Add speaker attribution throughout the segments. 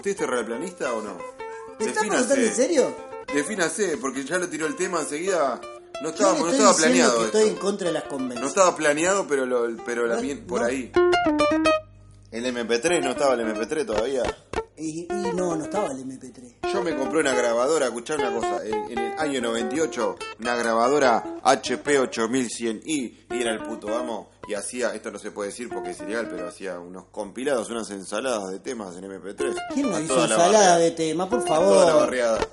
Speaker 1: ¿Usted es terraplanista o no?
Speaker 2: ¿Me está preguntando
Speaker 1: eh,
Speaker 2: en serio?
Speaker 1: Defínase, porque ya lo tiró el tema enseguida. No
Speaker 2: Yo
Speaker 1: estaba,
Speaker 2: le
Speaker 1: no
Speaker 2: estoy
Speaker 1: estaba
Speaker 2: diciendo
Speaker 1: planeado.
Speaker 2: que
Speaker 1: esto.
Speaker 2: estoy en contra de las
Speaker 1: No
Speaker 2: convenciones.
Speaker 1: estaba planeado, pero, lo, pero la
Speaker 2: No,
Speaker 1: vi por
Speaker 2: no.
Speaker 1: ahí. El MP3 no estaba el MP3 todavía.
Speaker 2: Y, y no, no estaba el MP3.
Speaker 1: Yo me compré una grabadora, escuchá una cosa, en, en el año 98, una grabadora HP 8100i, y era el puto amo, y hacía, esto no se puede decir porque es ilegal, pero hacía unos compilados, unas ensaladas de temas en MP3.
Speaker 2: ¿Quién
Speaker 1: A
Speaker 2: nos hizo
Speaker 1: toda la
Speaker 2: ensalada
Speaker 1: barriada,
Speaker 2: de tema? Por
Speaker 1: a Toda la
Speaker 2: favor.
Speaker 1: barriada.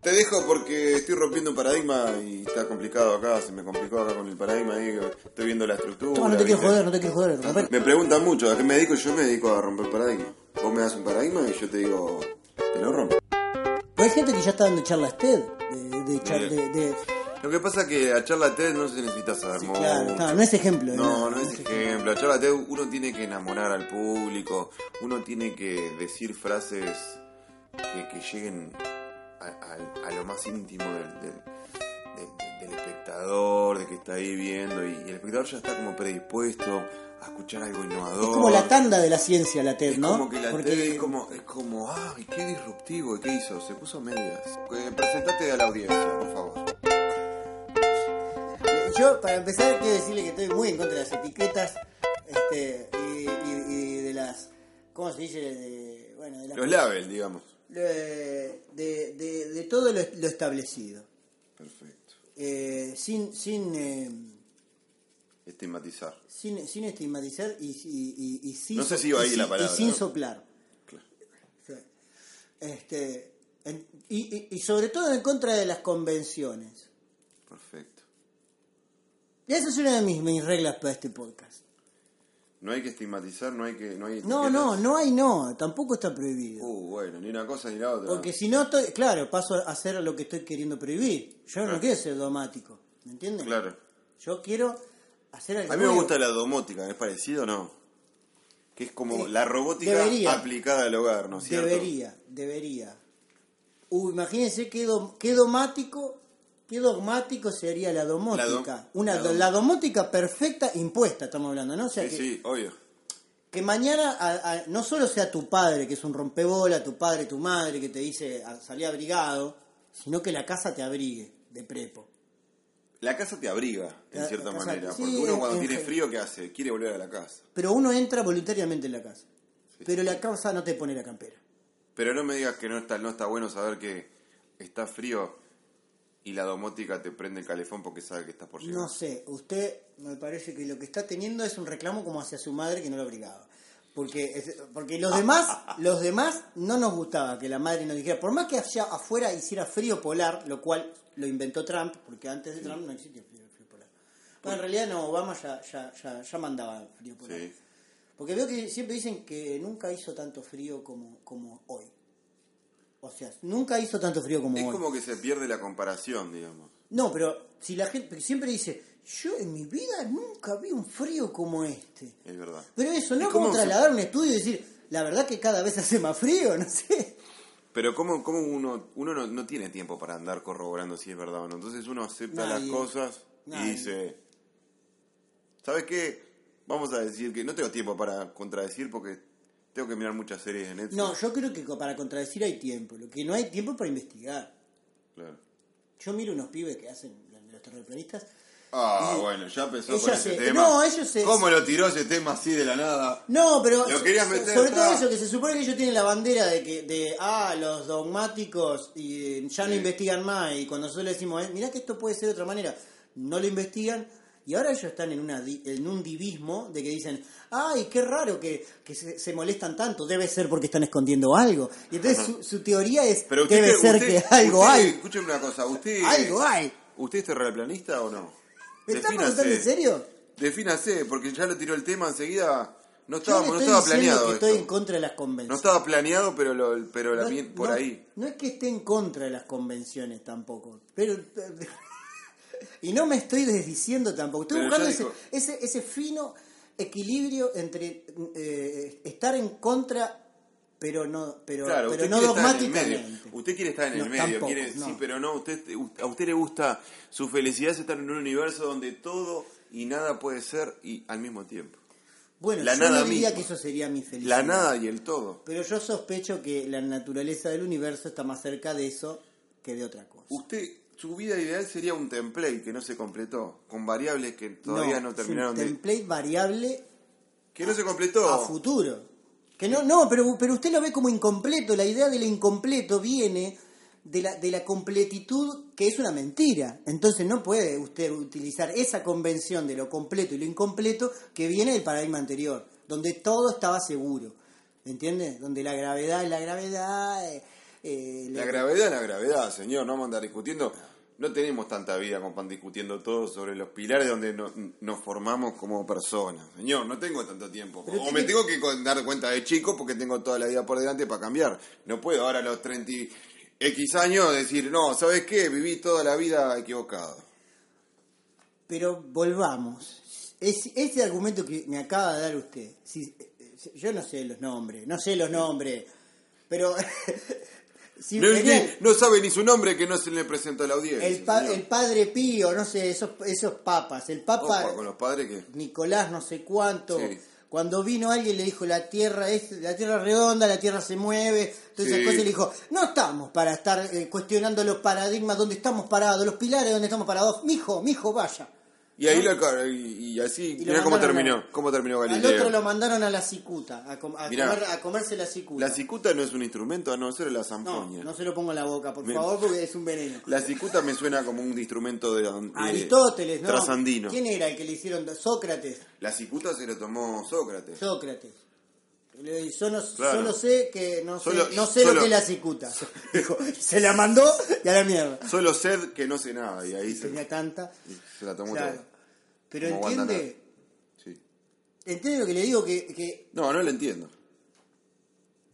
Speaker 1: Te dejo porque estoy rompiendo un paradigma y está complicado acá, se me complicó acá con el paradigma, ahí, estoy viendo la estructura.
Speaker 2: No, no te quiero
Speaker 1: ¿viste?
Speaker 2: joder, no te quiero joder. Roberto.
Speaker 1: Me preguntan mucho, ¿a qué me dedico? Yo me dedico a romper paradigmas. Vos me das un paradigma y yo te digo, te lo rompo.
Speaker 2: Pero hay gente que ya está dando charlas TED. De, de, char- de- de-
Speaker 1: Lo que pasa es que a charla TED no se necesita saber mucho.
Speaker 2: claro, no, no es ejemplo. de nada,
Speaker 1: No, no es ejemplo. A charla TED uno tiene que enamorar al público, uno tiene que decir frases que, que lleguen a, a- a lo más íntimo del, del- del- del espectador, de que está ahí viendo, y, y el espectador ya está como predispuesto a escuchar algo innovador.
Speaker 2: Es como la tanda de la ciencia, la TED,
Speaker 1: Es
Speaker 2: ¿no?
Speaker 1: como que la
Speaker 2: Porque
Speaker 1: tele es como, es como, ay, qué disruptivo, ¿qué hizo? Se puso medias. Eh, presentate a la audiencia, por favor.
Speaker 2: Yo, para empezar, quiero decirle que estoy muy en contra de las etiquetas este, y, y- y de las. ¿Cómo se dice? De, bueno, de las-
Speaker 1: Los labels, digamos.
Speaker 2: eh, de, de- de todo lo, lo establecido.
Speaker 1: Perfecto.
Speaker 2: Eh, sin, sin, eh,
Speaker 1: Estigmatizar.
Speaker 2: sin, sin estigmatizar y, y- y- y sin,
Speaker 1: No sé si iba ahí
Speaker 2: y sin-
Speaker 1: la palabra,
Speaker 2: y sin
Speaker 1: ¿no?
Speaker 2: soplar.
Speaker 1: Claro.
Speaker 2: O sea, Este, en- y, y- y sobre todo en contra de las convenciones.
Speaker 1: Perfecto.
Speaker 2: Y esa es una de mis, mis reglas para este podcast.
Speaker 1: No hay que estigmatizar, no hay que... No, hay
Speaker 2: No,
Speaker 1: etiquetas.
Speaker 2: no, no hay no, tampoco está prohibido.
Speaker 1: Uh, bueno, ni una cosa ni la otra.
Speaker 2: Porque si no estoy, claro, paso a hacer lo que estoy queriendo prohibir. Yo no
Speaker 1: Claro.
Speaker 2: quiero ser dogmático, ¿me entiendes?
Speaker 1: Claro.
Speaker 2: Yo quiero hacer algo
Speaker 1: A mí me
Speaker 2: nuevo.
Speaker 1: gusta la domótica, ¿es parecido o no? Que es como
Speaker 2: Eh,
Speaker 1: la robótica
Speaker 2: debería.
Speaker 1: aplicada al hogar, ¿no es cierto?
Speaker 2: Debería, debería. Uh, imagínense qué, dom- qué domático, qué dogmático sería la domótica.
Speaker 1: La dom-
Speaker 2: Una
Speaker 1: la
Speaker 2: do-
Speaker 1: dom-
Speaker 2: la domótica perfecta impuesta, estamos hablando, ¿no? O sea,
Speaker 1: Sí,
Speaker 2: que,
Speaker 1: sí, obvio.
Speaker 2: que mañana a- a- no solo sea tu padre, que es un rompebola, tu padre, tu madre, que te dice "Ah, salí abrigado, sino que la casa te abrigue de prepo.
Speaker 1: La casa te abriga, en
Speaker 2: La-
Speaker 1: cierta
Speaker 2: la casa-
Speaker 1: manera.
Speaker 2: sí,
Speaker 1: porque uno
Speaker 2: en-
Speaker 1: cuando
Speaker 2: en
Speaker 1: tiene
Speaker 2: gen-
Speaker 1: frío, ¿qué hace? Quiere volver a la casa.
Speaker 2: Pero uno entra voluntariamente en la casa. Pero la casa no te pone la campera.
Speaker 1: Pero no me digas que no está, no está bueno saber que está frío y la domótica te prende el calefón porque sabe que estás por llegar.
Speaker 2: No sé, usted me parece que lo que está teniendo es un reclamo como hacia su madre que no lo obligaba. Porque, es- porque los demás, los demás no nos gustaba que la madre nos dijera, por más que allá afuera hiciera frío polar, lo cual lo inventó Trump, porque antes de Trump no existía frío, frío polar. Bueno, en realidad no, Obama ya, ya, ya, ya mandaba frío polar.
Speaker 1: Sí.
Speaker 2: Porque veo que siempre dicen que nunca hizo tanto frío como, como hoy. O sea, nunca hizo tanto frío como
Speaker 1: Es
Speaker 2: hoy.
Speaker 1: como que se pierde la comparación, digamos.
Speaker 2: No, pero si la gente porque siempre dice, yo en mi vida nunca vi un frío como este.
Speaker 1: Es verdad.
Speaker 2: Pero eso, ¿no?
Speaker 1: ¿Y cómo
Speaker 2: Como
Speaker 1: se-
Speaker 2: trasladar un estudio y decir, la verdad que cada vez hace más frío, no sé.
Speaker 1: Pero como cómo uno, uno no, no tiene tiempo para andar corroborando si es verdad o no? Entonces uno acepta
Speaker 2: Nadie.
Speaker 1: las cosas
Speaker 2: Nadie.
Speaker 1: y dice, ¿sabes qué? Vamos a decir que no tengo tiempo para contradecir porque tengo que mirar muchas series de Netflix.
Speaker 2: No, yo creo que co- para contradecir hay tiempo. Lo que no hay tiempo es para investigar.
Speaker 1: Claro.
Speaker 2: Yo miro unos pibes que hacen los terraplanistas.
Speaker 1: Ah, bueno, ya empezó
Speaker 2: Ella
Speaker 1: con ese
Speaker 2: se-
Speaker 1: tema.
Speaker 2: no, ellos se-
Speaker 1: ¿Cómo lo tiró ese tema así de la nada?
Speaker 2: No, pero
Speaker 1: Lo
Speaker 2: so-
Speaker 1: querías
Speaker 2: so-
Speaker 1: meter,
Speaker 2: sobre todo
Speaker 1: está.
Speaker 2: eso que se supone que ellos tienen la bandera de que de ah los dogmáticos y eh, ya no
Speaker 1: Sí.
Speaker 2: investigan más y cuando nosotros le decimos eh, mirá que esto puede ser de otra manera no lo investigan y ahora ellos están en una di- en un divismo de que dicen ay qué raro que, que se, se molestan tanto debe ser porque están escondiendo algo y entonces su, su teoría es
Speaker 1: Pero usted,
Speaker 2: debe
Speaker 1: cree-
Speaker 2: ser
Speaker 1: usted-
Speaker 2: que algo
Speaker 1: usted-
Speaker 2: hay
Speaker 1: Escúcheme una cosa, usted.
Speaker 2: algo hay
Speaker 1: ¿Usted es terraplanista o no?
Speaker 2: ¿me estás preguntando en serio?
Speaker 1: Defínase, porque ya lo tiró el tema enseguida. No
Speaker 2: Yo
Speaker 1: estaba,
Speaker 2: le
Speaker 1: no
Speaker 2: estoy
Speaker 1: estaba
Speaker 2: diciendo
Speaker 1: planeado
Speaker 2: que
Speaker 1: esto.
Speaker 2: estoy en contra de las convenciones.
Speaker 1: No estaba planeado, pero, lo- pero la
Speaker 2: No-
Speaker 1: mien- por
Speaker 2: no-
Speaker 1: ahí.
Speaker 2: No es que esté en contra de las convenciones tampoco, pero... y no me estoy desdiciendo tampoco. Estoy
Speaker 1: Pero
Speaker 2: buscando
Speaker 1: ya
Speaker 2: ese,
Speaker 1: dijo-
Speaker 2: ese, ese fino equilibrio entre eh, estar en contra, pero no, pero,
Speaker 1: Claro,
Speaker 2: pero
Speaker 1: usted
Speaker 2: no
Speaker 1: quiere estar en el
Speaker 2: dogmáticamente.
Speaker 1: medio. Usted quiere estar en
Speaker 2: No,
Speaker 1: el medio,
Speaker 2: tampoco,
Speaker 1: quiere-
Speaker 2: no.
Speaker 1: sí, pero no, usted, a usted le gusta, su felicidad es estar en un universo donde todo y nada puede ser y al mismo tiempo.
Speaker 2: Bueno,
Speaker 1: la
Speaker 2: yo
Speaker 1: nada
Speaker 2: no diría
Speaker 1: misma.
Speaker 2: que eso sería mi felicidad.
Speaker 1: La nada y el todo.
Speaker 2: Pero yo sospecho que la naturaleza del universo está más cerca de eso que de otra cosa.
Speaker 1: Usted, su vida ideal sería un template que no se completó, con variables que todavía no,
Speaker 2: es
Speaker 1: terminaron
Speaker 2: un
Speaker 1: de...
Speaker 2: template variable
Speaker 1: Que no se
Speaker 2: a
Speaker 1: completó.
Speaker 2: futuro. Que no, no, pero, pero usted lo ve como incompleto. La idea de lo incompleto viene de la, de la completitud que es una mentira. Entonces no puede usted utilizar esa convención de lo completo y lo incompleto que viene del paradigma anterior, donde todo estaba seguro. ¿Entiende? Donde la gravedad es la gravedad. eh, eh,
Speaker 1: La
Speaker 2: lo-
Speaker 1: gravedad es la gravedad, señor, no vamos a andar discutiendo. No tenemos tanta vida como para andar discutiendo todo sobre los pilares donde no- nos formamos como personas. Señor, no tengo tanto tiempo.
Speaker 2: Pero
Speaker 1: o
Speaker 2: tiene-
Speaker 1: me tengo que con- dar cuenta de chico porque tengo toda la vida por delante para cambiar. No puedo ahora a los 30 y X años decir, no, ¿sabes qué? Viví toda la vida equivocado.
Speaker 2: Pero volvamos. Es, ese argumento que me acaba de dar usted, si- eh, yo no sé los nombres, no sé los nombres, pero... si
Speaker 1: No,
Speaker 2: venía
Speaker 1: ni- no sabe ni su nombre que no se le presentó a la audiencia.
Speaker 2: el, pa-
Speaker 1: señor.
Speaker 2: el padre Pío, no sé, esos, esos papas, el papa
Speaker 1: Opa, con los padres que...
Speaker 2: Nicolás no sé cuánto,
Speaker 1: Sí.
Speaker 2: cuando vino alguien le dijo la tierra es la tierra es redonda, la tierra se mueve, todas esas
Speaker 1: Sí.
Speaker 2: cosas, y le dijo, no estamos para estar eh, cuestionando los paradigmas, donde estamos parados, los pilares donde estamos parados, mijo, mijo, vaya.
Speaker 1: Y ahí la cara- y, y así,
Speaker 2: Y lo
Speaker 1: mirá cómo
Speaker 2: mandaron a-
Speaker 1: terminó, cómo terminó
Speaker 2: Al
Speaker 1: Galileo.
Speaker 2: otro lo mandaron a la cicuta, a, com- a
Speaker 1: Mirá.
Speaker 2: comer- a comerse la cicuta.
Speaker 1: La cicuta no es un instrumento, a no ser la
Speaker 2: no,
Speaker 1: zampoña.
Speaker 2: no se lo pongo en la boca, por
Speaker 1: Bien.
Speaker 2: favor, porque es un veneno.
Speaker 1: La cicuta me suena como un instrumento de... de-
Speaker 2: Aristóteles, ¿no?
Speaker 1: Trasandino.
Speaker 2: ¿Quién era el que le hicieron? Sócrates,
Speaker 1: La cicuta se lo tomó Sócrates.
Speaker 2: Sócrates. Le- Yo no,
Speaker 1: Claro.
Speaker 2: solo sé que no sé,
Speaker 1: Solo-
Speaker 2: no sé lo
Speaker 1: solo-
Speaker 2: que es la cicuta. Dijo, se la mandó y a la mierda.
Speaker 1: Solo sed que no sé nada, y ahí se,
Speaker 2: Tenía tanta.
Speaker 1: se la tomó
Speaker 2: claro.
Speaker 1: toda.
Speaker 2: Pero
Speaker 1: Como
Speaker 2: entiende,
Speaker 1: Guantanamo. Sí.
Speaker 2: entiende lo que le digo que, que
Speaker 1: No, no lo entiendo.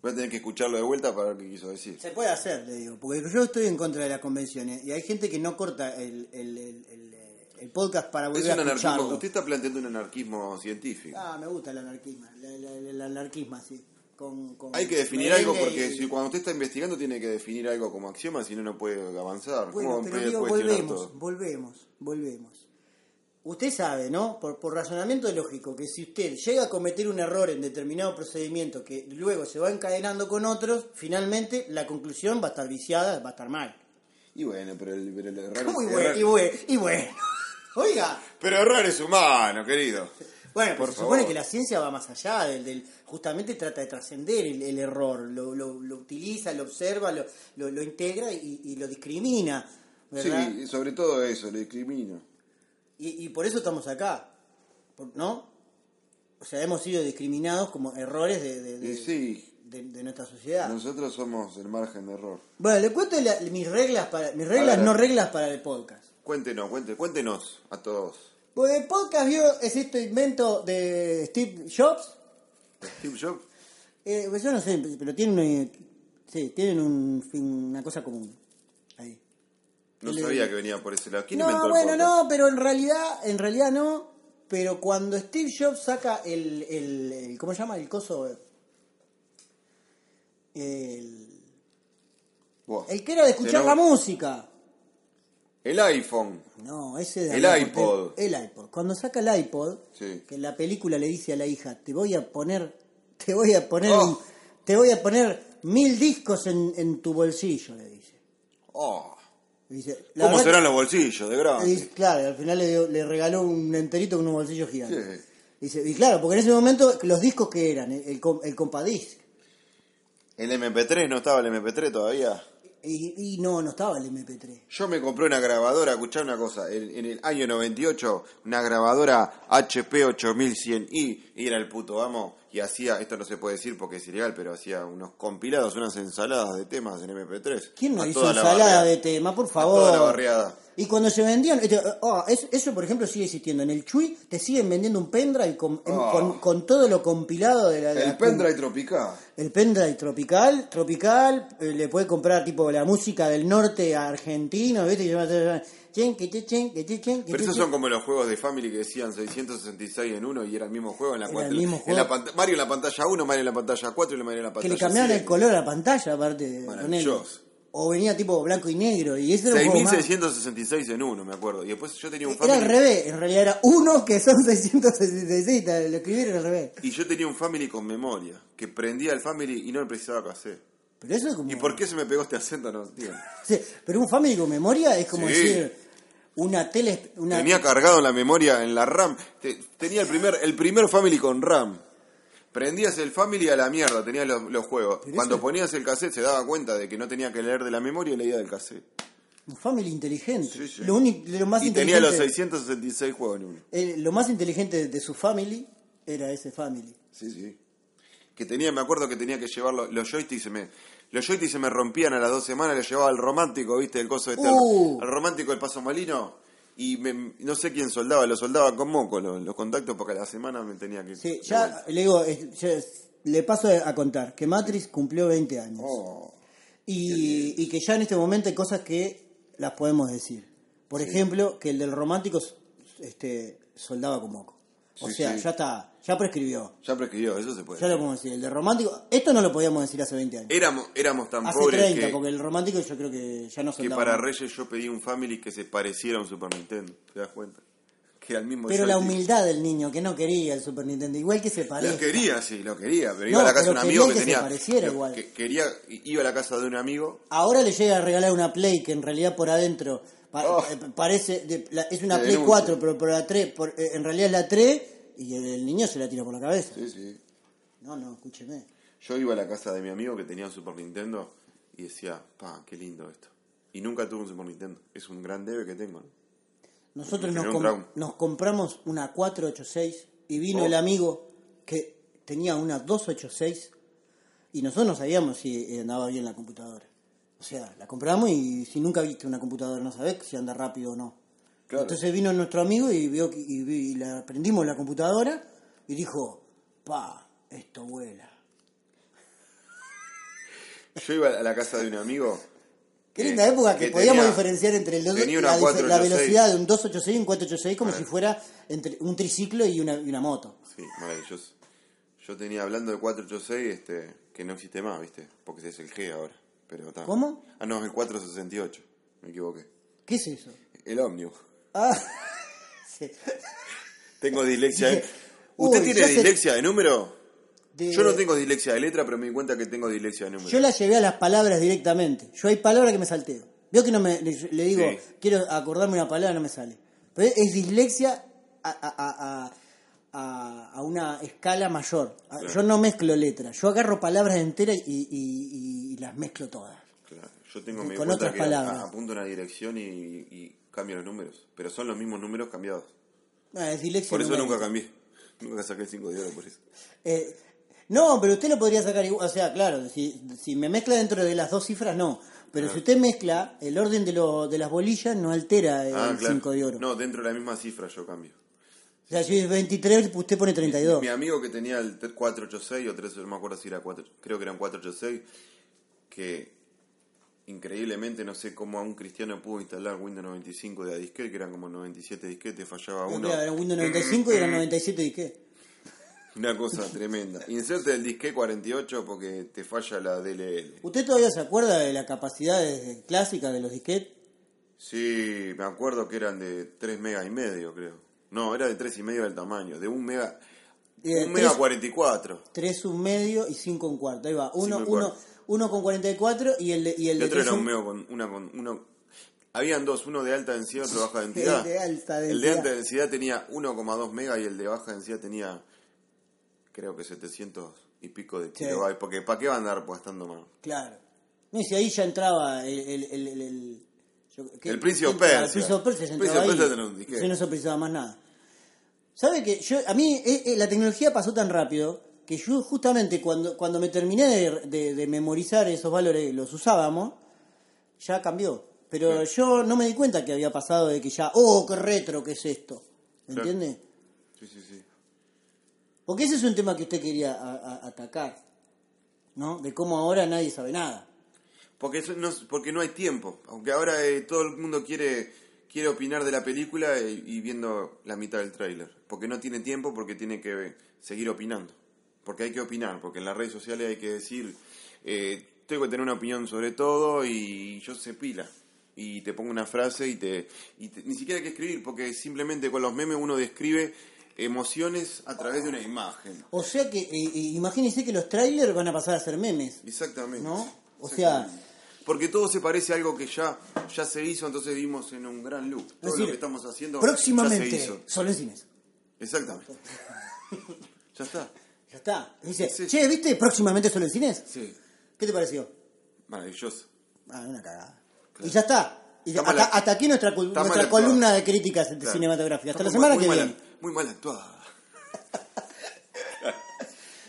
Speaker 1: Voy a tener que escucharlo de vuelta para ver qué quiso decir.
Speaker 2: Se puede hacer, le digo, porque yo estoy en contra de las convenciones y hay gente que no corta el, el- el- el- el podcast para
Speaker 1: Es
Speaker 2: volver
Speaker 1: un
Speaker 2: a
Speaker 1: anarquismo.
Speaker 2: escucharlo.
Speaker 1: Usted está planteando un anarquismo científico.
Speaker 2: Ah, me gusta el anarquismo, la- la- la- el anarquismo, sí. Con, con
Speaker 1: Hay que definir algo
Speaker 2: merengue
Speaker 1: porque
Speaker 2: y-
Speaker 1: si cuando usted está investigando tiene que definir algo como axioma, si no, no puede avanzar.
Speaker 2: Bueno,
Speaker 1: ¿Cómo
Speaker 2: pero
Speaker 1: puede
Speaker 2: digo,
Speaker 1: cuestionar
Speaker 2: volvemos,
Speaker 1: todo?
Speaker 2: volvemos, volvemos. Usted sabe, ¿no? Por, por razonamiento lógico, que si usted llega a cometer un error en determinado procedimiento que luego se va encadenando con otros, finalmente la conclusión va a estar viciada, va a estar mal.
Speaker 1: Y bueno, pero el, pero el error,
Speaker 2: Muy
Speaker 1: error-
Speaker 2: bueno, y bueno, y bueno. Oiga,
Speaker 1: Pero error es humano, querido.
Speaker 2: Bueno, pero
Speaker 1: Por
Speaker 2: se supone
Speaker 1: favor.
Speaker 2: que la ciencia va más allá del, del- justamente trata de trascender el, el error, lo, lo- lo utiliza, lo observa, lo, lo- lo integra y, y lo discrimina, ¿verdad?
Speaker 1: Sí, sobre todo eso, lo discrimino.
Speaker 2: Y, y por eso estamos acá, por- ¿no? O sea, hemos sido discriminados como errores de, de- de-
Speaker 1: Y sí,
Speaker 2: de- de nuestra sociedad.
Speaker 1: nosotros somos el margen de error.
Speaker 2: Bueno, le cuento la- mis reglas para mis reglas
Speaker 1: ver.
Speaker 2: no reglas para el podcast.
Speaker 1: Cuéntenos, cuéntenos, cuéntenos a todos.
Speaker 2: Pues el podcast vio es este invento de Steve Jobs.
Speaker 1: Steve Jobs,
Speaker 2: Eh, pues yo no sé, pero tienen, eh, sí, tienen un fin- una cosa común. Ahí.
Speaker 1: no
Speaker 2: Le-
Speaker 1: sabía que venía por ese lado. ¿Quién inventó
Speaker 2: No,
Speaker 1: el
Speaker 2: bueno,
Speaker 1: podcast?
Speaker 2: no, pero en realidad, en realidad no. Pero cuando Steve Jobs saca el, el, el- ¿cómo se llama? El coso, el,
Speaker 1: Buah.
Speaker 2: el que era de escuchar
Speaker 1: Se
Speaker 2: la
Speaker 1: nos-
Speaker 2: música.
Speaker 1: El iPhone.
Speaker 2: No, ese de
Speaker 1: El
Speaker 2: hablar,
Speaker 1: iPod.
Speaker 2: El, el iPod. Cuando saca el iPod,
Speaker 1: Sí.
Speaker 2: que en la película le dice a la hija, te voy a poner, te voy a poner,
Speaker 1: Oh.
Speaker 2: un- te voy a poner mil discos en, en tu bolsillo, le dice.
Speaker 1: Oh.
Speaker 2: Le dice, la
Speaker 1: ¿Cómo
Speaker 2: verdad
Speaker 1: serán los bolsillos de
Speaker 2: que- y
Speaker 1: grande?
Speaker 2: claro, al final le, dio- le regaló un enterito con un bolsillo gigante.
Speaker 1: Sí.
Speaker 2: Dice, y claro, porque en ese momento los discos que eran, el, el, com- el compadisc,
Speaker 1: El MP3, ¿no estaba el MP3 todavía?
Speaker 2: y, y no, no estaba el MP3.
Speaker 1: Yo me compré una grabadora, escuchá una cosa, en, en el año 98, una grabadora HP 8100i, y era el puto amo, y hacía, esto no se puede decir porque es ilegal, pero hacía unos compilados, unas ensaladas de temas en MP3.
Speaker 2: ¿Quién no
Speaker 1: A
Speaker 2: hizo
Speaker 1: toda la
Speaker 2: ensalada
Speaker 1: barriada.
Speaker 2: de tema, por
Speaker 1: A toda la
Speaker 2: favor?
Speaker 1: barriada.
Speaker 2: Y cuando se vendían, este, oh, es- eso por ejemplo sigue existiendo. En el Chui te siguen vendiendo un pendrive con, en-
Speaker 1: Oh.
Speaker 2: con, con todo lo compilado de la. de
Speaker 1: El
Speaker 2: la-
Speaker 1: pendrive tropical.
Speaker 2: El pendrive tropical, tropical, eh, le puedes comprar tipo la música del norte argentino, ¿viste? Y va a ser- chen, que che, chen, que che, chen, que
Speaker 1: Pero
Speaker 2: che,
Speaker 1: esos
Speaker 2: chen.
Speaker 1: son como los juegos de Family que decían 666 en uno y era el mismo juego en la
Speaker 2: Era
Speaker 1: cuatro-
Speaker 2: el mismo
Speaker 1: en la
Speaker 2: juego.
Speaker 1: pant- Mario en la pantalla 1, Mario en la pantalla 4 y Mario en la
Speaker 2: Que
Speaker 1: pantalla
Speaker 2: le cambiaban el
Speaker 1: siete.
Speaker 2: color a la pantalla, aparte de
Speaker 1: Maravilloso.
Speaker 2: ponerle. O venía tipo blanco y negro, y ese era un juego más-
Speaker 1: 6666 en uno, me acuerdo. Y después yo tenía un
Speaker 2: Era al
Speaker 1: Family
Speaker 2: revés, en realidad era uno que son 666, te- lo escribieron al revés.
Speaker 1: y yo tenía un Family con memoria, que prendía el Family y no me precisaba cassette.
Speaker 2: Pero eso es como...
Speaker 1: ¿Y por qué se me pegó este acento? No entiendo.
Speaker 2: Sí, pero un Family con memoria es como
Speaker 1: Sí.
Speaker 2: decir una tele... Una...
Speaker 1: Tenía cargado en la memoria, en la RAM. Te- tenía el primer, el primer Family con RAM. Prendías el Family a la mierda, tenías los, los juegos.
Speaker 2: Pero
Speaker 1: Cuando
Speaker 2: eso-
Speaker 1: ponías el cassette se daba cuenta de que no tenía que leer de la memoria y leía del cassette.
Speaker 2: Un Family inteligente.
Speaker 1: Sí, sí.
Speaker 2: Lo, único- lo más
Speaker 1: Y tenía
Speaker 2: inteligente...
Speaker 1: los 666 juegos en uno.
Speaker 2: eh, lo más inteligente de su Family era ese Family.
Speaker 1: Sí, sí. Que tenía, me acuerdo que tenía que llevar lo- los joysticks se me. Los joysticks se me rompían a las dos semanas, le llevaba al romántico, viste, el coso este, al-
Speaker 2: Uh.
Speaker 1: al, romántico del paso molino, y me- no sé quién soldaba, lo soldaba con moco los, los contactos porque a la semana me tenía que.
Speaker 2: Sí, ya le digo, es- ya es- le paso a contar que Matrix cumplió 20 años.
Speaker 1: Oh.
Speaker 2: y, y que ya en este momento hay cosas que las podemos decir. Por ejemplo, que el del romántico este, soldaba con moco. O
Speaker 1: Sí,
Speaker 2: sea,
Speaker 1: sí.
Speaker 2: ya está, ya prescribió.
Speaker 1: Ya prescribió, eso se puede.
Speaker 2: Ya lo podemos decir. El del romántico, esto no lo podíamos decir hace 20 años.
Speaker 1: Éramos, éramos tan
Speaker 2: Hace
Speaker 1: pobres
Speaker 2: 30,
Speaker 1: que,
Speaker 2: porque el romántico yo creo que ya no
Speaker 1: que
Speaker 2: soldaba.
Speaker 1: para
Speaker 2: con moco.
Speaker 1: Reyes yo pedí un Family que se pareciera a un Super Nintendo, ¿te das cuenta? Que al mismo
Speaker 2: Pero la
Speaker 1: joystick.
Speaker 2: humildad del niño, que no quería el Super Nintendo, igual que se
Speaker 1: Lo
Speaker 2: parece.
Speaker 1: quería, sí, lo quería, pero
Speaker 2: No,
Speaker 1: iba a la casa de
Speaker 2: pero
Speaker 1: un amigo que,
Speaker 2: quería que se
Speaker 1: tenía.
Speaker 2: pareciera
Speaker 1: que-
Speaker 2: igual.
Speaker 1: que quería, iba a la casa de un amigo.
Speaker 2: Ahora le llega a regalar una Play que en realidad por adentro pa-
Speaker 1: Oh.
Speaker 2: eh, parece de- la- es una
Speaker 1: Te
Speaker 2: Play
Speaker 1: denuncio.
Speaker 2: 4, pero por la 3, por- eh, en realidad es la 3 y el, el niño se la tira por la cabeza.
Speaker 1: Sí, sí.
Speaker 2: No, no, escúcheme.
Speaker 1: Yo iba a la casa de mi amigo que tenía un Super Nintendo y decía, pa, qué lindo esto. Y nunca tuve un Super Nintendo. Es un gran debe que tengo, ¿no?
Speaker 2: Nosotros
Speaker 1: Me
Speaker 2: nos,
Speaker 1: generó un
Speaker 2: com-
Speaker 1: trauma.
Speaker 2: nos compramos una 486 y vino
Speaker 1: Oh.
Speaker 2: el amigo que tenía una 286 y nosotros no sabíamos si eh, andaba bien la computadora. O sea, la compramos y si nunca viste una computadora no sabés si anda rápido o no.
Speaker 1: Claro.
Speaker 2: Entonces vino nuestro amigo y vio que- y, vi- y la prendimos la computadora y dijo, pa, esto vuela.
Speaker 1: Yo iba a la casa de un amigo.
Speaker 2: Qué
Speaker 1: que-
Speaker 2: linda época que,
Speaker 1: que
Speaker 2: podíamos
Speaker 1: tenía-
Speaker 2: diferenciar entre el dos-
Speaker 1: tenía
Speaker 2: la,
Speaker 1: una
Speaker 2: dife-
Speaker 1: 486.
Speaker 2: la velocidad de un 286 y un 486 como si fuera entre un triciclo y una, y una moto.
Speaker 1: Sí, maravilloso. Yo tenía, hablando de 486, este, que no existe más, ¿viste? Porque es el G ahora. Pero está.
Speaker 2: ¿Cómo?
Speaker 1: Ah, no, es el 468. Me equivoqué.
Speaker 2: ¿Qué es eso?
Speaker 1: El ómnibus.
Speaker 2: Ah, sí.
Speaker 1: Tengo dislexia. ¿eh?
Speaker 2: Dije,
Speaker 1: ¿Usted
Speaker 2: uy,
Speaker 1: tiene
Speaker 2: ya se-
Speaker 1: dislexia de número?
Speaker 2: De-
Speaker 1: Yo no tengo dislexia de letra, pero me di cuenta que tengo dislexia de número.
Speaker 2: Yo la llevé a las palabras directamente. Yo hay palabras que me salteo. Veo que no me le, le digo,
Speaker 1: Sí.
Speaker 2: quiero acordarme una palabra, no me sale. Pero es- es dislexia a, a- a- a- a una escala mayor. A- Yo no mezclo letras. Yo agarro palabras enteras y, y- y- y las mezclo todas.
Speaker 1: Claro, Yo tengo me di
Speaker 2: Con
Speaker 1: cuenta
Speaker 2: otras
Speaker 1: que
Speaker 2: palabras.
Speaker 1: a- apunto una dirección y, y cambio los números. Pero son los mismos números cambiados.
Speaker 2: No, es dislexia
Speaker 1: Por eso
Speaker 2: numérica.
Speaker 1: nunca cambié. Nunca saqué el 5 de oro por eso.
Speaker 2: Eh, no, pero usted lo podría sacar igual. O sea, claro, si, si me mezcla dentro de las dos cifras, no. Pero si usted mezcla, el orden de, lo- de las bolillas no altera el 5
Speaker 1: Ah, claro.
Speaker 2: de oro.
Speaker 1: No, dentro de la misma cifra yo cambio.
Speaker 2: O sea, si es 23, usted pone 32.
Speaker 1: Mi amigo que tenía el 3- 486 o 3, no me acuerdo si era 4, creo que eran 486, que increíblemente no sé cómo a un cristiano pudo instalar Windows 95 de a disquete, que eran como 97 disquetes, fallaba uno. Eh.
Speaker 2: Era Windows 95 y era 97 y qué.
Speaker 1: Una cosa tremenda. Inserte el disque 48 porque te falla la DLL.
Speaker 2: ¿Usted todavía se acuerda de la capacidad clásica de los disquetes?
Speaker 1: Sí, me acuerdo que eran de 3 megas y medio, creo. No, era de 3 y medio del tamaño, de 1 mega...
Speaker 2: Eh,
Speaker 1: 1 mega
Speaker 2: tres-
Speaker 1: 44.
Speaker 2: 3 un medio y 5 un cuarto. Ahí va.
Speaker 1: Cinco
Speaker 2: 1
Speaker 1: y cuarto.
Speaker 2: con 44 y el de, y el
Speaker 1: El
Speaker 2: de
Speaker 1: otro
Speaker 2: tres
Speaker 1: era un
Speaker 2: un-
Speaker 1: mega con una con uno... Habían dos, uno de alta densidad, otro de baja densidad.
Speaker 2: de alta
Speaker 1: El de
Speaker 2: densidad.
Speaker 1: alta densidad tenía 1,2 mega y el de baja densidad tenía, creo que 700 y pico de
Speaker 2: Sí.
Speaker 1: kilobytes. Porque ¿para qué va a andar gastando más?
Speaker 2: Claro. No, y si ahí ya entraba el... el, el, el, el- yo- ¿qué-
Speaker 1: El Príncipe
Speaker 2: qué entraba?
Speaker 1: Persia.
Speaker 2: El Príncipe Persia ya
Speaker 1: El Príncipe
Speaker 2: entraba ahí.
Speaker 1: Persia tenía un disquete.
Speaker 2: Yo no sospechaba más nada. ¿Sabe que yo A mí eh, eh, la tecnología pasó tan rápido que yo justamente cuando, cuando me terminé de, de- de memorizar esos valores, los usábamos, ya cambió. Pero yo no me di cuenta que había pasado de que ya, oh, qué retro que es esto.
Speaker 1: Claro.
Speaker 2: ¿Entiendes?
Speaker 1: Sí, sí, sí.
Speaker 2: Porque ese es un tema que usted quería a- a- atacar, ¿no? De cómo ahora nadie sabe nada.
Speaker 1: Porque, eso no, porque no hay tiempo. Aunque ahora eh, todo el mundo quiere, quiere opinar de la película y, y viendo la mitad del tráiler. Porque no tiene tiempo, porque tiene que seguir opinando. Porque hay que opinar, porque en las redes sociales hay que decir, eh, tengo que tener una opinión sobre todo y yo se pila. Y te pongo una frase y te, y te- Ni siquiera hay que escribir, porque simplemente con los memes uno describe emociones a través de una imagen.
Speaker 2: O sea que, eh, eh, imagínense que los trailers van a pasar a ser memes.
Speaker 1: Exactamente.
Speaker 2: ¿No? O sea-
Speaker 1: Porque todo se parece a algo que ya, ya se hizo, entonces vimos en un gran loop. Todo
Speaker 2: decir,
Speaker 1: lo que estamos haciendo ya se
Speaker 2: Próximamente,
Speaker 1: hizo.
Speaker 2: solo en cines.
Speaker 1: Exactamente. ya está.
Speaker 2: Ya está. Y Dice,
Speaker 1: Sí.
Speaker 2: che, ¿viste? Próximamente solo en cines.
Speaker 1: Sí.
Speaker 2: ¿Qué te pareció?
Speaker 1: Maravilloso.
Speaker 2: Ah, una cagada.
Speaker 1: Claro.
Speaker 2: Y ya está. Y
Speaker 1: Está
Speaker 2: hasta,
Speaker 1: mal act-
Speaker 2: hasta aquí nuestra, col-
Speaker 1: está mal
Speaker 2: nuestra
Speaker 1: actuado.
Speaker 2: columna de críticas
Speaker 1: Claro.
Speaker 2: cinematográficas. Hasta la
Speaker 1: Muy-
Speaker 2: semana
Speaker 1: muy
Speaker 2: que
Speaker 1: mal-
Speaker 2: viene.
Speaker 1: Muy mal actuada.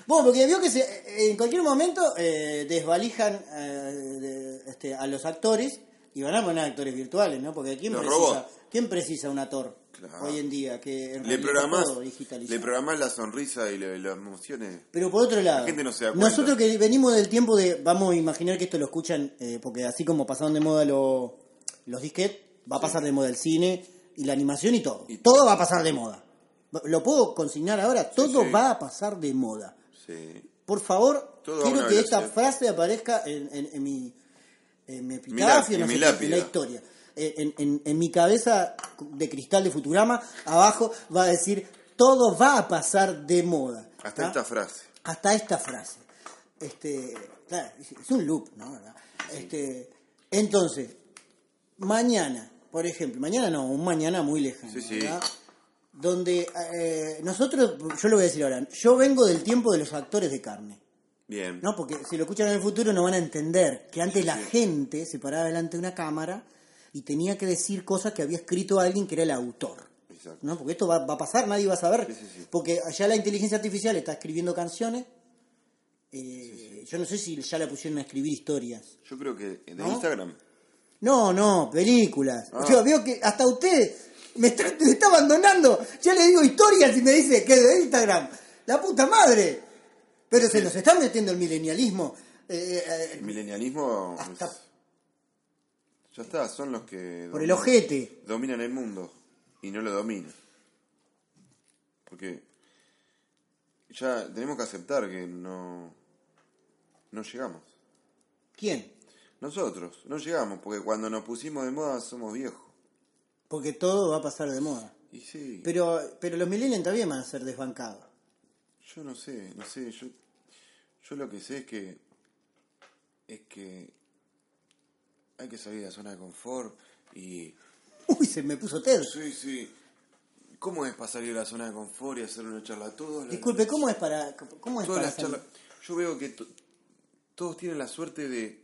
Speaker 2: Bueno, porque vio que se, eh, en cualquier momento eh, desvalijan eh, de- este, a los actores y van a poner actores virtuales, ¿no? Porque ¿quién,
Speaker 1: Los
Speaker 2: precisa,
Speaker 1: robots.
Speaker 2: ¿quién precisa un actor
Speaker 1: Claro.
Speaker 2: hoy en día que en
Speaker 1: Le
Speaker 2: realidad
Speaker 1: programás,
Speaker 2: todo digitalizado?
Speaker 1: le programás la sonrisa y le- las emociones.
Speaker 2: Pero por otro lado,
Speaker 1: La gente no se da cuenta.
Speaker 2: nosotros que venimos del tiempo de, vamos a imaginar que esto lo escuchan, eh, porque así como pasaron de moda lo- los disquets, va a pasar de moda el cine y la animación y todo.
Speaker 1: Y-
Speaker 2: todo va a pasar de moda. Lo puedo consignar ahora, todo
Speaker 1: sí.
Speaker 2: va a pasar de moda.
Speaker 1: Sí.
Speaker 2: Por favor,
Speaker 1: Todo a
Speaker 2: quiero
Speaker 1: una
Speaker 2: que esta
Speaker 1: velocidad.
Speaker 2: frase aparezca en, en- en mi, en mi
Speaker 1: Mi lá-
Speaker 2: epitafio,
Speaker 1: en
Speaker 2: no sé
Speaker 1: mi
Speaker 2: qué, en
Speaker 1: lápida.
Speaker 2: la historia. Eh, En, en- en mi cabeza de cristal de Futurama, abajo va a decir, todo va a pasar de moda.
Speaker 1: Hasta
Speaker 2: ¿Ah?
Speaker 1: esta frase.
Speaker 2: Hasta esta frase. Este, claro, es- es un loop, ¿no? ¿Verdad? Este, entonces, mañana, por ejemplo, mañana no, un mañana muy lejano,
Speaker 1: Sí, sí.
Speaker 2: ¿verdad? Donde eh, nosotros, yo lo voy a decir ahora, yo vengo del tiempo de los actores de carne.
Speaker 1: Bien.
Speaker 2: No, porque si lo escuchan en el futuro no van a entender que antes la gente se paraba delante de una cámara y tenía que decir cosas que había escrito alguien que era el autor.
Speaker 1: Exacto.
Speaker 2: ¿no? Porque esto va, va a pasar, nadie va a saber.
Speaker 1: Sí, sí, sí.
Speaker 2: Porque allá la inteligencia artificial está escribiendo canciones. Eh, Yo no sé si ya la pusieron a escribir historias.
Speaker 1: Yo creo que de
Speaker 2: ¿No?
Speaker 1: Instagram.
Speaker 2: No, no, películas.
Speaker 1: Ah.
Speaker 2: Yo veo que hasta usted me está, me está abandonando. Ya le digo historias y me dice que de Instagram. La puta madre. Pero se nos está metiendo el milenialismo. Eh, eh,
Speaker 1: El milenialismo. es-
Speaker 2: Hasta-
Speaker 1: Ya está, son los que.
Speaker 2: por el
Speaker 1: dominan-
Speaker 2: ojete.
Speaker 1: dominan el mundo y no lo dominan. Porque ya tenemos que aceptar que no, no llegamos.
Speaker 2: ¿Quién?
Speaker 1: Nosotros no llegamos, porque cuando nos pusimos de moda somos viejos.
Speaker 2: Porque todo va a pasar de moda.
Speaker 1: Y sí,
Speaker 2: Pero, pero los millennials también van a ser desbancados.
Speaker 1: yo no sé, no sé, yo, yo lo que sé es que es que hay que salir de la zona de confort y
Speaker 2: Uy, se me puso tenso.
Speaker 1: sí, sí. ¿Cómo es para salir de la zona de confort y hacer una charla todo?
Speaker 2: Disculpe, ¿cómo es para cómo es
Speaker 1: Todas
Speaker 2: para
Speaker 1: las
Speaker 2: salir?
Speaker 1: charlas- Yo veo que to- todos tienen la suerte de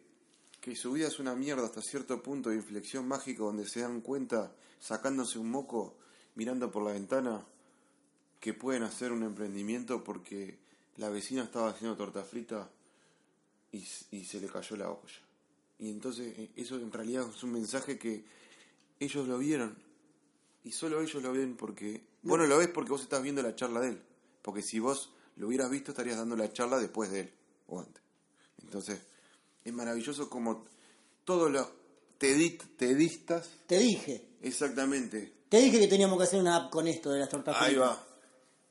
Speaker 1: que su vida es una mierda hasta cierto punto de inflexión mágico donde se dan cuenta, sacándose un moco, mirando por la ventana, que pueden hacer un emprendimiento porque la vecina estaba haciendo torta frita y, s- y se le cayó la olla. Y entonces eh, eso en realidad es un mensaje que ellos lo vieron y solo ellos lo ven porque... Vos no lo ves porque vos estás viendo la charla de él. Porque si vos lo hubieras visto estarías dando la charla después de él o antes. Entonces, es maravilloso como todos los tedit, tedistas...
Speaker 2: Te dije,
Speaker 1: Exactamente.
Speaker 2: te dije que teníamos que hacer una app con esto de las tortas
Speaker 1: Ahí
Speaker 2: fritas.
Speaker 1: va.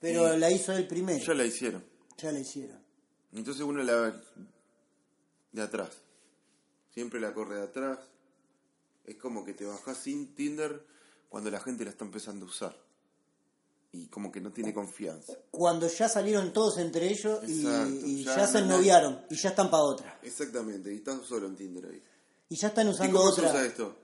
Speaker 2: Pero la hizo él primero.
Speaker 1: Ya la hicieron.
Speaker 2: Ya la hicieron.
Speaker 1: Entonces uno la ve de atrás. Siempre la corre de atrás. Es como que te bajás sin Tinder cuando la gente la está empezando a usar. Y como que no tiene confianza.
Speaker 2: Cuando ya salieron todos entre ellos y,
Speaker 1: Exacto,
Speaker 2: y ya,
Speaker 1: ya
Speaker 2: se
Speaker 1: no-
Speaker 2: noviaron y ya están para otra.
Speaker 1: Exactamente, y estás solo en Tinder ahí.
Speaker 2: Y ya están
Speaker 1: ¿Y
Speaker 2: usando
Speaker 1: cómo se
Speaker 2: otra.
Speaker 1: usa esto?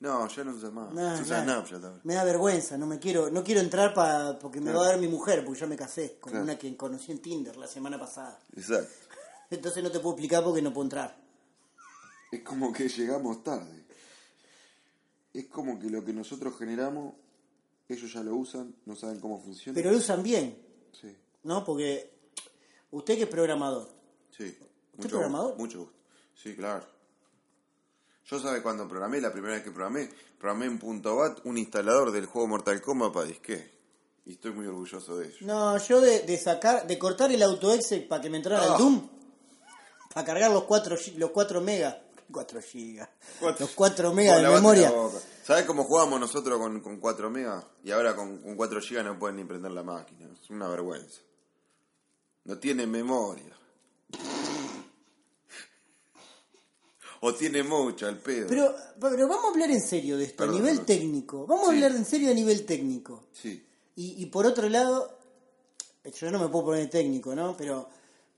Speaker 1: No, ya no se usa más.
Speaker 2: Nah,
Speaker 1: se usa
Speaker 2: nah.
Speaker 1: Snapchat ahora.
Speaker 2: Me da vergüenza, no me quiero, no quiero entrar para porque me va a
Speaker 1: Claro.
Speaker 2: ver mi mujer, porque ya me casé con
Speaker 1: Claro.
Speaker 2: una que conocí en Tinder la semana pasada.
Speaker 1: Exacto.
Speaker 2: Entonces no te puedo explicar porque no puedo entrar.
Speaker 1: Es como que llegamos tarde. Es como que lo que nosotros generamos, ellos ya lo usan, no saben cómo funciona.
Speaker 2: Pero lo usan bien,
Speaker 1: Sí.
Speaker 2: ¿no? Porque Usted que es programador.
Speaker 1: Sí.
Speaker 2: ¿Usted es programador?
Speaker 1: gusto, Mucho gusto. Sí, claro. Yo sabe cuando programé, la primera vez que programé, programé en punto .bat un instalador del juego Mortal Kombat para disque. Y estoy muy orgulloso de ello.
Speaker 2: No, yo de, de sacar, de cortar el autoexec para que me entrara
Speaker 1: Ah.
Speaker 2: el Doom. Para cargar los 4 los 4 megas. 4 gigas.
Speaker 1: Cuatro.
Speaker 2: Los 4 megas
Speaker 1: Con
Speaker 2: de
Speaker 1: la base
Speaker 2: memoria.
Speaker 1: en la boca. ¿Sabés cómo jugábamos nosotros con, con 4 megas? Y ahora con, con 4 gigas no pueden ni prender la máquina. Es una vergüenza. No tienen memoria. O tiene mucha, al pedo.
Speaker 2: Pero, pero vamos a hablar en serio de esto, a
Speaker 1: Perdón,
Speaker 2: nivel
Speaker 1: perdón.
Speaker 2: técnico. Vamos a
Speaker 1: Sí.
Speaker 2: hablar en serio a nivel técnico.
Speaker 1: Sí.
Speaker 2: Y, y por otro lado, yo no me puedo poner técnico, ¿no? Pero,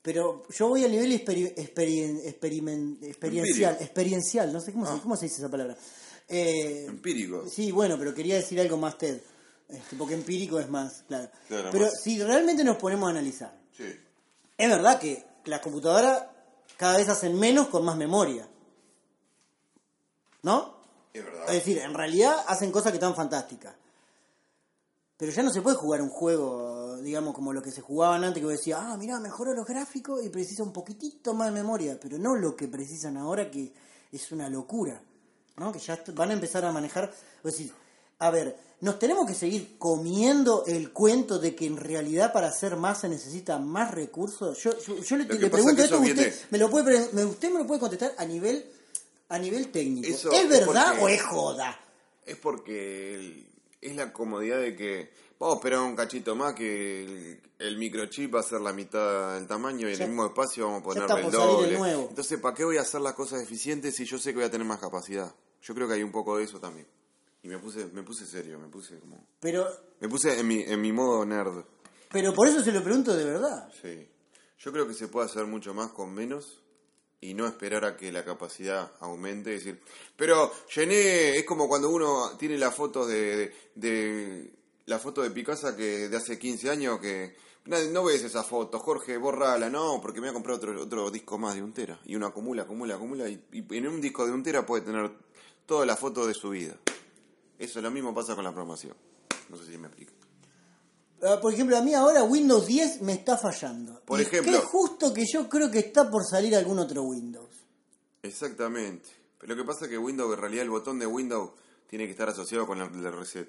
Speaker 2: pero yo voy a nivel experi- experien- experimen- experiencial,
Speaker 1: Empírico.
Speaker 2: experiencial, no sé cómo, se,
Speaker 1: Ah.
Speaker 2: cómo se dice esa palabra. Eh,
Speaker 1: Empírico.
Speaker 2: Sí, bueno, pero quería decir algo más TED, este, porque empírico es más, claro.
Speaker 1: Claro,
Speaker 2: pero
Speaker 1: más.
Speaker 2: si realmente nos ponemos a analizar,
Speaker 1: Sí.
Speaker 2: es verdad que las computadoras cada vez hacen menos con más memoria, ¿no?
Speaker 1: Es verdad.
Speaker 2: Es decir, en realidad hacen cosas que están fantásticas. Pero ya no se puede jugar un juego, digamos, como lo que se jugaban antes, que vos decías, ah, mirá, mejoró los gráficos y precisa un poquitito más de memoria, pero no lo que precisan ahora, que es una locura, ¿no? Que ya van a empezar a manejar, es decir, a ver, nos tenemos que seguir comiendo el cuento de que en realidad para hacer más se necesitan más recursos. Yo, yo, yo le,
Speaker 1: Lo que
Speaker 2: le
Speaker 1: pasa
Speaker 2: pregunto
Speaker 1: que
Speaker 2: esto,
Speaker 1: eso
Speaker 2: usted
Speaker 1: viene-
Speaker 2: me, lo puede, pre- me- usted me lo puede contestar a nivel, a nivel técnico.
Speaker 1: Eso
Speaker 2: ¿Es
Speaker 1: es
Speaker 2: verdad
Speaker 1: porque-
Speaker 2: o es joda?
Speaker 1: Es porque el- es la comodidad de que vamos a esperar un cachito más que el, el microchip va a ser la mitad del tamaño y en
Speaker 2: Ya-
Speaker 1: el mismo espacio vamos a
Speaker 2: ya está
Speaker 1: ponerle el
Speaker 2: por salir el
Speaker 1: doble.
Speaker 2: nuevo.
Speaker 1: Entonces, ¿para qué voy a hacer las cosas eficientes si yo sé que voy a tener más capacidad? Yo creo que hay un poco de eso también. Y me puse, me puse serio, me puse como.
Speaker 2: Pero
Speaker 1: Me puse en mi, en mi modo nerd.
Speaker 2: Pero por eso se lo pregunto de verdad.
Speaker 1: Sí. Yo creo que se puede hacer mucho más con menos y no esperar a que la capacidad aumente y decir, pero llené, es como cuando uno tiene las fotos de, de, de- la foto de Picasso que de hace 15 años que no, no ves esa foto, Jorge, borrala, no, porque me voy a comprar otro, otro disco más de un tera y uno acumula, acumula, acumula y, y en un disco de un tera puede tener todas las fotos de su vida. Eso lo mismo pasa con la programación. No sé si me explico.
Speaker 2: Ah, Por ejemplo, a mí ahora Windows 10 me está fallando.
Speaker 1: Por
Speaker 2: Y
Speaker 1: ejemplo.
Speaker 2: qué justo que yo creo que está por salir algún otro Windows.
Speaker 1: Exactamente. Pero lo que pasa es que Windows, en realidad, el botón de Windows tiene que estar asociado con el del reset.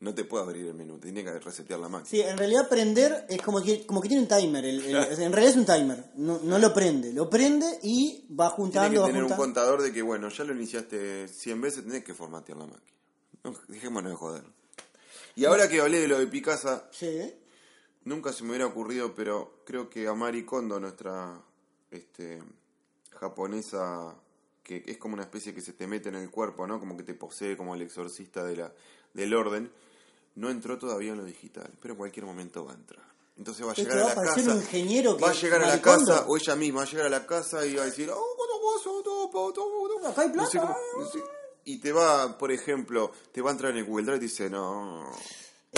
Speaker 1: No te puede abrir el menú, te tiene que resetear la máquina.
Speaker 2: Sí, en realidad prender es como que, como que tiene un timer. el- el- en realidad es un timer. No, no lo prende. Lo prende y va
Speaker 1: Tiene que
Speaker 2: juntando, va
Speaker 1: tener un
Speaker 2: juntando.
Speaker 1: contador de que, bueno, ya lo iniciaste 100 veces, tenés que formatear la máquina. No, dejémonos de joder. Y ahora que hablé de lo de Picasa,
Speaker 2: Sí.
Speaker 1: Nunca se me hubiera ocurrido, pero creo que Amari Kondo, nuestra este, japonesa, que es como una especie que se te mete en el cuerpo, ¿no? Como que te posee como el exorcista de la, del orden, no entró todavía en lo digital, pero en cualquier momento va a entrar. Entonces va a
Speaker 2: Este
Speaker 1: llegar
Speaker 2: va
Speaker 1: a
Speaker 2: a
Speaker 1: la
Speaker 2: parecer
Speaker 1: casa,
Speaker 2: un ingeniero que
Speaker 1: va a
Speaker 2: es
Speaker 1: llegar a la
Speaker 2: Amari Kondo.
Speaker 1: casa, o ella misma va a llegar a la casa y va a decir, "Oh, bueno, vos, oh, no, po, no, no".
Speaker 2: Acá hay
Speaker 1: No sé
Speaker 2: plata.
Speaker 1: cómo- no sé. y te va, por ejemplo, te va a entrar en el Google Drive y dice, no,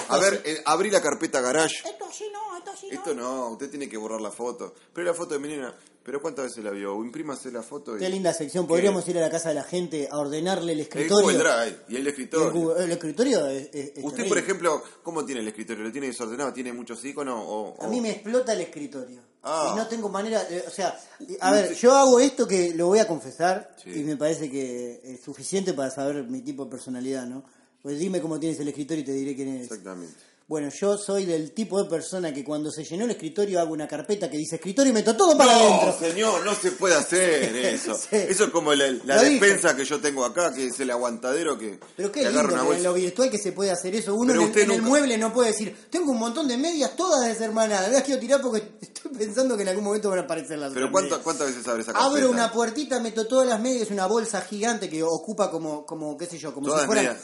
Speaker 1: a ver, eh, abrí la carpeta garage.
Speaker 2: Esto sí no, esto sí
Speaker 1: Esto no, usted tiene que borrar la foto. Pero la foto de mi nena, ¿pero cuántas veces la vio? Imprímase la foto y.
Speaker 2: Qué linda sección.
Speaker 1: ¿Qué?
Speaker 2: Podríamos ir a la casa de la gente a ordenarle el
Speaker 1: El
Speaker 2: escritorio.
Speaker 1: Google Drive y el escritorio.
Speaker 2: El Google- el escritorio es- es- es
Speaker 1: usted, por
Speaker 2: terrible.
Speaker 1: ejemplo, ¿cómo tiene el escritorio? ¿Lo tiene desordenado? ¿Tiene muchos iconos? O,
Speaker 2: A
Speaker 1: o-
Speaker 2: mí me explota el escritorio.
Speaker 1: Ah.
Speaker 2: Y no tengo manera, eh, o sea, eh, a ver, yo hago esto que lo voy a confesar
Speaker 1: Sí.
Speaker 2: y me parece que es suficiente para saber mi tipo de personalidad, ¿no? Pues dime cómo tienes el escritorio y te diré quién eres.
Speaker 1: Exactamente.
Speaker 2: Bueno, yo soy del tipo de persona que cuando se llenó el escritorio hago una carpeta que dice escritorio y meto todo para
Speaker 1: No,
Speaker 2: adentro.
Speaker 1: señor, no se puede hacer eso.
Speaker 2: Sí.
Speaker 1: Eso es como la, la
Speaker 2: Lo dije.
Speaker 1: despensa que yo tengo acá, que es el aguantadero que,
Speaker 2: Pero qué
Speaker 1: que
Speaker 2: lindo,
Speaker 1: agarra una
Speaker 2: que en
Speaker 1: bolsa.
Speaker 2: lo virtual que se puede hacer eso. Uno
Speaker 1: Pero
Speaker 2: en, el,
Speaker 1: usted
Speaker 2: en el
Speaker 1: nunca-
Speaker 2: mueble no puede decir, tengo un montón de medias todas deshermanadas, las quiero tirar porque estoy pensando que en algún momento van a aparecer las
Speaker 1: Pero
Speaker 2: otras
Speaker 1: ¿cuántas,
Speaker 2: medias".
Speaker 1: ¿cuántas veces abre esa carpeta?
Speaker 2: Abro una puertita, meto todas las medias, una bolsa gigante que ocupa como, como qué sé yo, como
Speaker 1: Todas
Speaker 2: si fueran
Speaker 1: medias.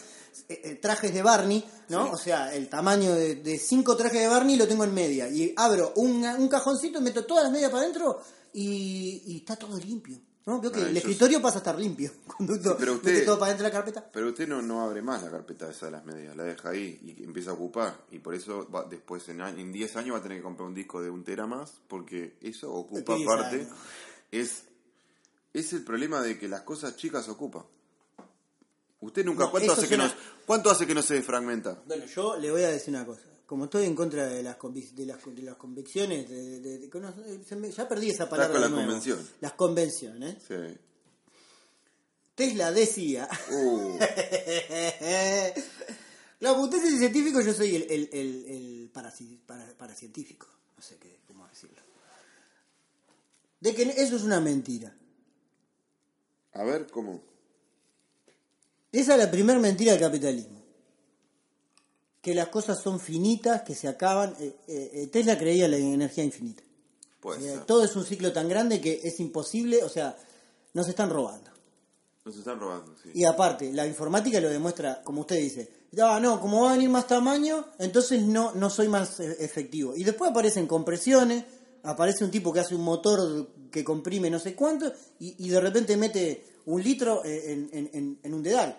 Speaker 2: eh, eh, trajes de Barney, ¿no?
Speaker 1: Sí.
Speaker 2: O sea, el tamaño de, de cinco trajes de Barney lo tengo en media. Y abro una- un cajoncito, meto todas las medias para adentro y, y está todo limpio. ¿no? Veo que el
Speaker 1: Maravilloso.
Speaker 2: escritorio pasa a estar limpio. Cuando uno
Speaker 1: pero
Speaker 2: mete
Speaker 1: usted-
Speaker 2: todo para adentro de la carpeta.
Speaker 1: Pero usted no, no abre más la carpeta esa de las medias, la deja ahí y empieza a ocupar. Y por eso va- después en a- en 10 años va a tener que comprar un disco de un tera más, porque eso ocupa
Speaker 2: 10
Speaker 1: parte.
Speaker 2: años.
Speaker 1: Es, es el problema de que las cosas chicas ocupan. Usted nunca,
Speaker 2: No,
Speaker 1: ¿cuánto,
Speaker 2: eso
Speaker 1: hace que
Speaker 2: suena-
Speaker 1: no, ¿cuánto hace que no se desfragmenta?
Speaker 2: Bueno, yo le voy a decir una cosa. como estoy en contra de las, convic- de las, de las convicciones, de- de- de- que no- se me- ya perdí esa palabra.
Speaker 1: con
Speaker 2: de
Speaker 1: la
Speaker 2: nuevo.
Speaker 1: convención.
Speaker 2: Las convenciones.
Speaker 1: Sí.
Speaker 2: Tesla decía.
Speaker 1: Uh,
Speaker 2: claro, porque usted es el científico, yo soy el, el, el, el paraci- para- paracientífico. No sé qué, cómo decirlo. De que eso es una mentira.
Speaker 1: a ver, ¿cómo?
Speaker 2: Esa es la primera mentira del capitalismo. Que las cosas son finitas, que se acaban. Eh, eh, eh, Tesla creía en la energía infinita.
Speaker 1: Puede
Speaker 2: Eh,
Speaker 1: ser.
Speaker 2: Todo es un ciclo tan grande que es imposible, o sea, nos están robando.
Speaker 1: Nos están robando, sí.
Speaker 2: Y aparte, la informática lo demuestra, como usted dice, ah, no, como va a venir más tamaño, entonces no, no soy más e- efectivo. Y después aparecen compresiones, aparece un tipo que hace un motor que comprime no sé cuánto, y, y de repente mete un litro eh, en, en- en- en un dedal.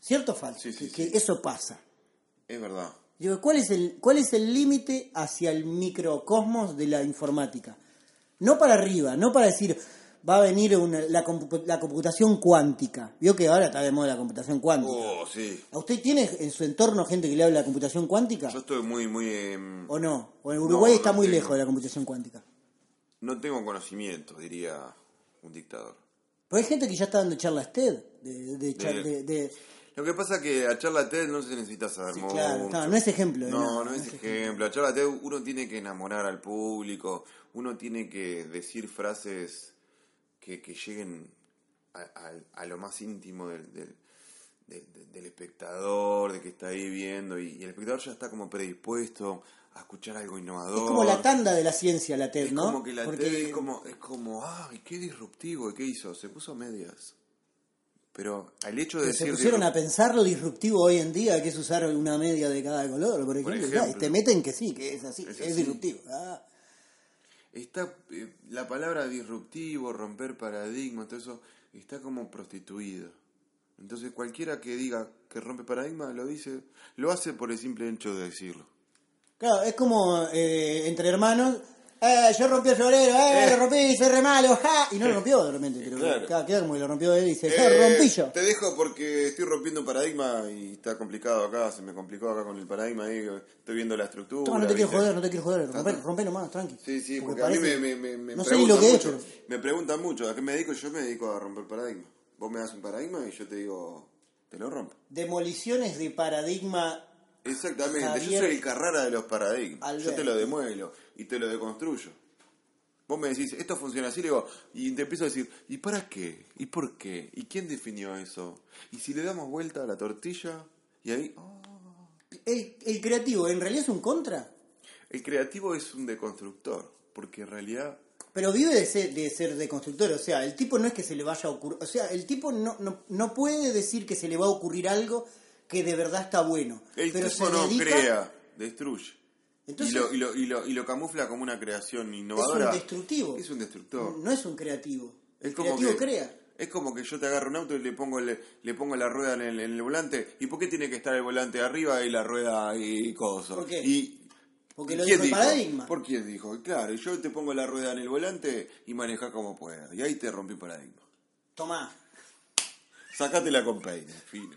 Speaker 2: ¿Cierto o falso?
Speaker 1: Sí, sí,
Speaker 2: que,
Speaker 1: sí.
Speaker 2: que eso pasa.
Speaker 1: Es verdad.
Speaker 2: Digo, ¿cuál es el cuál es el límite hacia el microcosmos de la informática? No para arriba, no para decir va a venir una- la, compu- la computación cuántica. Vio que ahora está de moda la computación cuántica.
Speaker 1: Oh, sí.
Speaker 2: ¿A usted tiene en su entorno gente que le habla de la computación cuántica?
Speaker 1: Yo estoy muy, muy... em,
Speaker 2: ¿O no? ¿O en Uruguay
Speaker 1: No,
Speaker 2: está
Speaker 1: no
Speaker 2: muy
Speaker 1: tengo.
Speaker 2: lejos de la computación cuántica?
Speaker 1: no tengo conocimiento, diría un dictador.
Speaker 2: Pero hay gente que ya está dando charlas TED. De, de char-
Speaker 1: De-
Speaker 2: de- de-
Speaker 1: Lo que pasa es que a charla TED no se necesita saber
Speaker 2: Sí,
Speaker 1: mucho.
Speaker 2: claro, está, no es ejemplo de
Speaker 1: No,
Speaker 2: nada,
Speaker 1: no es ejemplo. A charla TED uno tiene que enamorar al público, uno tiene que decir frases que, que lleguen a, a- a lo más íntimo del, del- de- de- del espectador, de que está ahí viendo, y, y el espectador ya está como predispuesto a escuchar algo innovador.
Speaker 2: es como la tanda de la ciencia, la TED,
Speaker 1: Es
Speaker 2: ¿no?
Speaker 1: como que la
Speaker 2: Porque-
Speaker 1: tele es como, es como, ay, qué disruptivo, ¿qué hizo? Se puso a medias. Pero al hecho de
Speaker 2: Que
Speaker 1: decir...
Speaker 2: se pusieron a
Speaker 1: disrup-
Speaker 2: pensar lo disruptivo hoy en día, que es usar una media de cada color, por ejemplo. y
Speaker 1: ejemplo.
Speaker 2: te meten que sí, que es así,
Speaker 1: Es
Speaker 2: que es
Speaker 1: así.
Speaker 2: disruptivo. Ah,
Speaker 1: Está, eh, la palabra disruptivo, romper paradigmas, todo eso, está como prostituido. Entonces cualquiera que diga que rompe paradigmas, lo dice, lo hace por el simple hecho de decirlo.
Speaker 2: Claro, es como eh, entre hermanos. Eh, yo rompí el florero, eh, lo rompí, soy re malo, ja. Y no lo rompió de repente, pero
Speaker 1: Eh. Claro.
Speaker 2: claro, queda como que lo rompió él y dice, "Eh, rompí yo.
Speaker 1: Te dejo porque estoy rompiendo un paradigma y está complicado acá, se me complicó acá con el paradigma, ahí, estoy viendo la estructura.
Speaker 2: Toma, no te quiero
Speaker 1: ¿viste?
Speaker 2: joder, no te quiero joder, rompé,
Speaker 1: Ajá.
Speaker 2: rompé nomás, tranqui.
Speaker 1: Sí, sí, porque, a
Speaker 2: parece-
Speaker 1: mí me, me, me, me
Speaker 2: no sé ni
Speaker 1: preguntan
Speaker 2: lo que es,
Speaker 1: mucho.
Speaker 2: pero-
Speaker 1: Me preguntan mucho, ¿a qué me dedico? Yo me dedico a romper paradigmas. Vos me das un paradigma y yo te digo, te lo rompo.
Speaker 2: Demoliciones de paradigma.
Speaker 1: Exactamente, yo
Speaker 2: Javier
Speaker 1: soy el Carrara de los paradigmas. Yo te
Speaker 2: Alberto.
Speaker 1: lo demuelo y te lo deconstruyo. Vos me decís, esto funciona así, le digo, y te empiezo a decir, ¿y para qué? ¿Y por qué? ¿Y quién definió eso? Y si le damos vuelta a la tortilla, y ahí, ah.
Speaker 2: El, el creativo, ¿en realidad es un contra?
Speaker 1: el creativo es un deconstructor, porque en realidad
Speaker 2: Pero vive de ser, de ser de constructor, o sea, el tipo no es que se le vaya a ocurrir, o sea, el tipo no, no, no puede decir que se le va a ocurrir algo que de verdad está bueno.
Speaker 1: El
Speaker 2: pero
Speaker 1: tipo
Speaker 2: se
Speaker 1: no
Speaker 2: dedica-
Speaker 1: crea, destruye. y,
Speaker 2: Entonces-
Speaker 1: lo, y, lo, y, lo, y lo camufla como una creación
Speaker 2: es
Speaker 1: innovadora.
Speaker 2: un destructivo.
Speaker 1: Es un destructor.
Speaker 2: No es un creativo.
Speaker 1: es
Speaker 2: el creativo
Speaker 1: que,
Speaker 2: crea.
Speaker 1: Es como que yo te agarro un auto y le pongo le, le pongo la rueda en el, en el volante. ¿Y por qué tiene que estar el volante arriba y la rueda y coso?
Speaker 2: ¿Por qué?
Speaker 1: Y,
Speaker 2: Porque
Speaker 1: ¿y
Speaker 2: lo
Speaker 1: quién
Speaker 2: dijo el paradigma.
Speaker 1: ¿Por quién dijo? Y Claro, yo te pongo la rueda en el volante y maneja como pueda. Y ahí te rompí el paradigma.
Speaker 2: Tomá.
Speaker 1: Sacátela con peine, fino.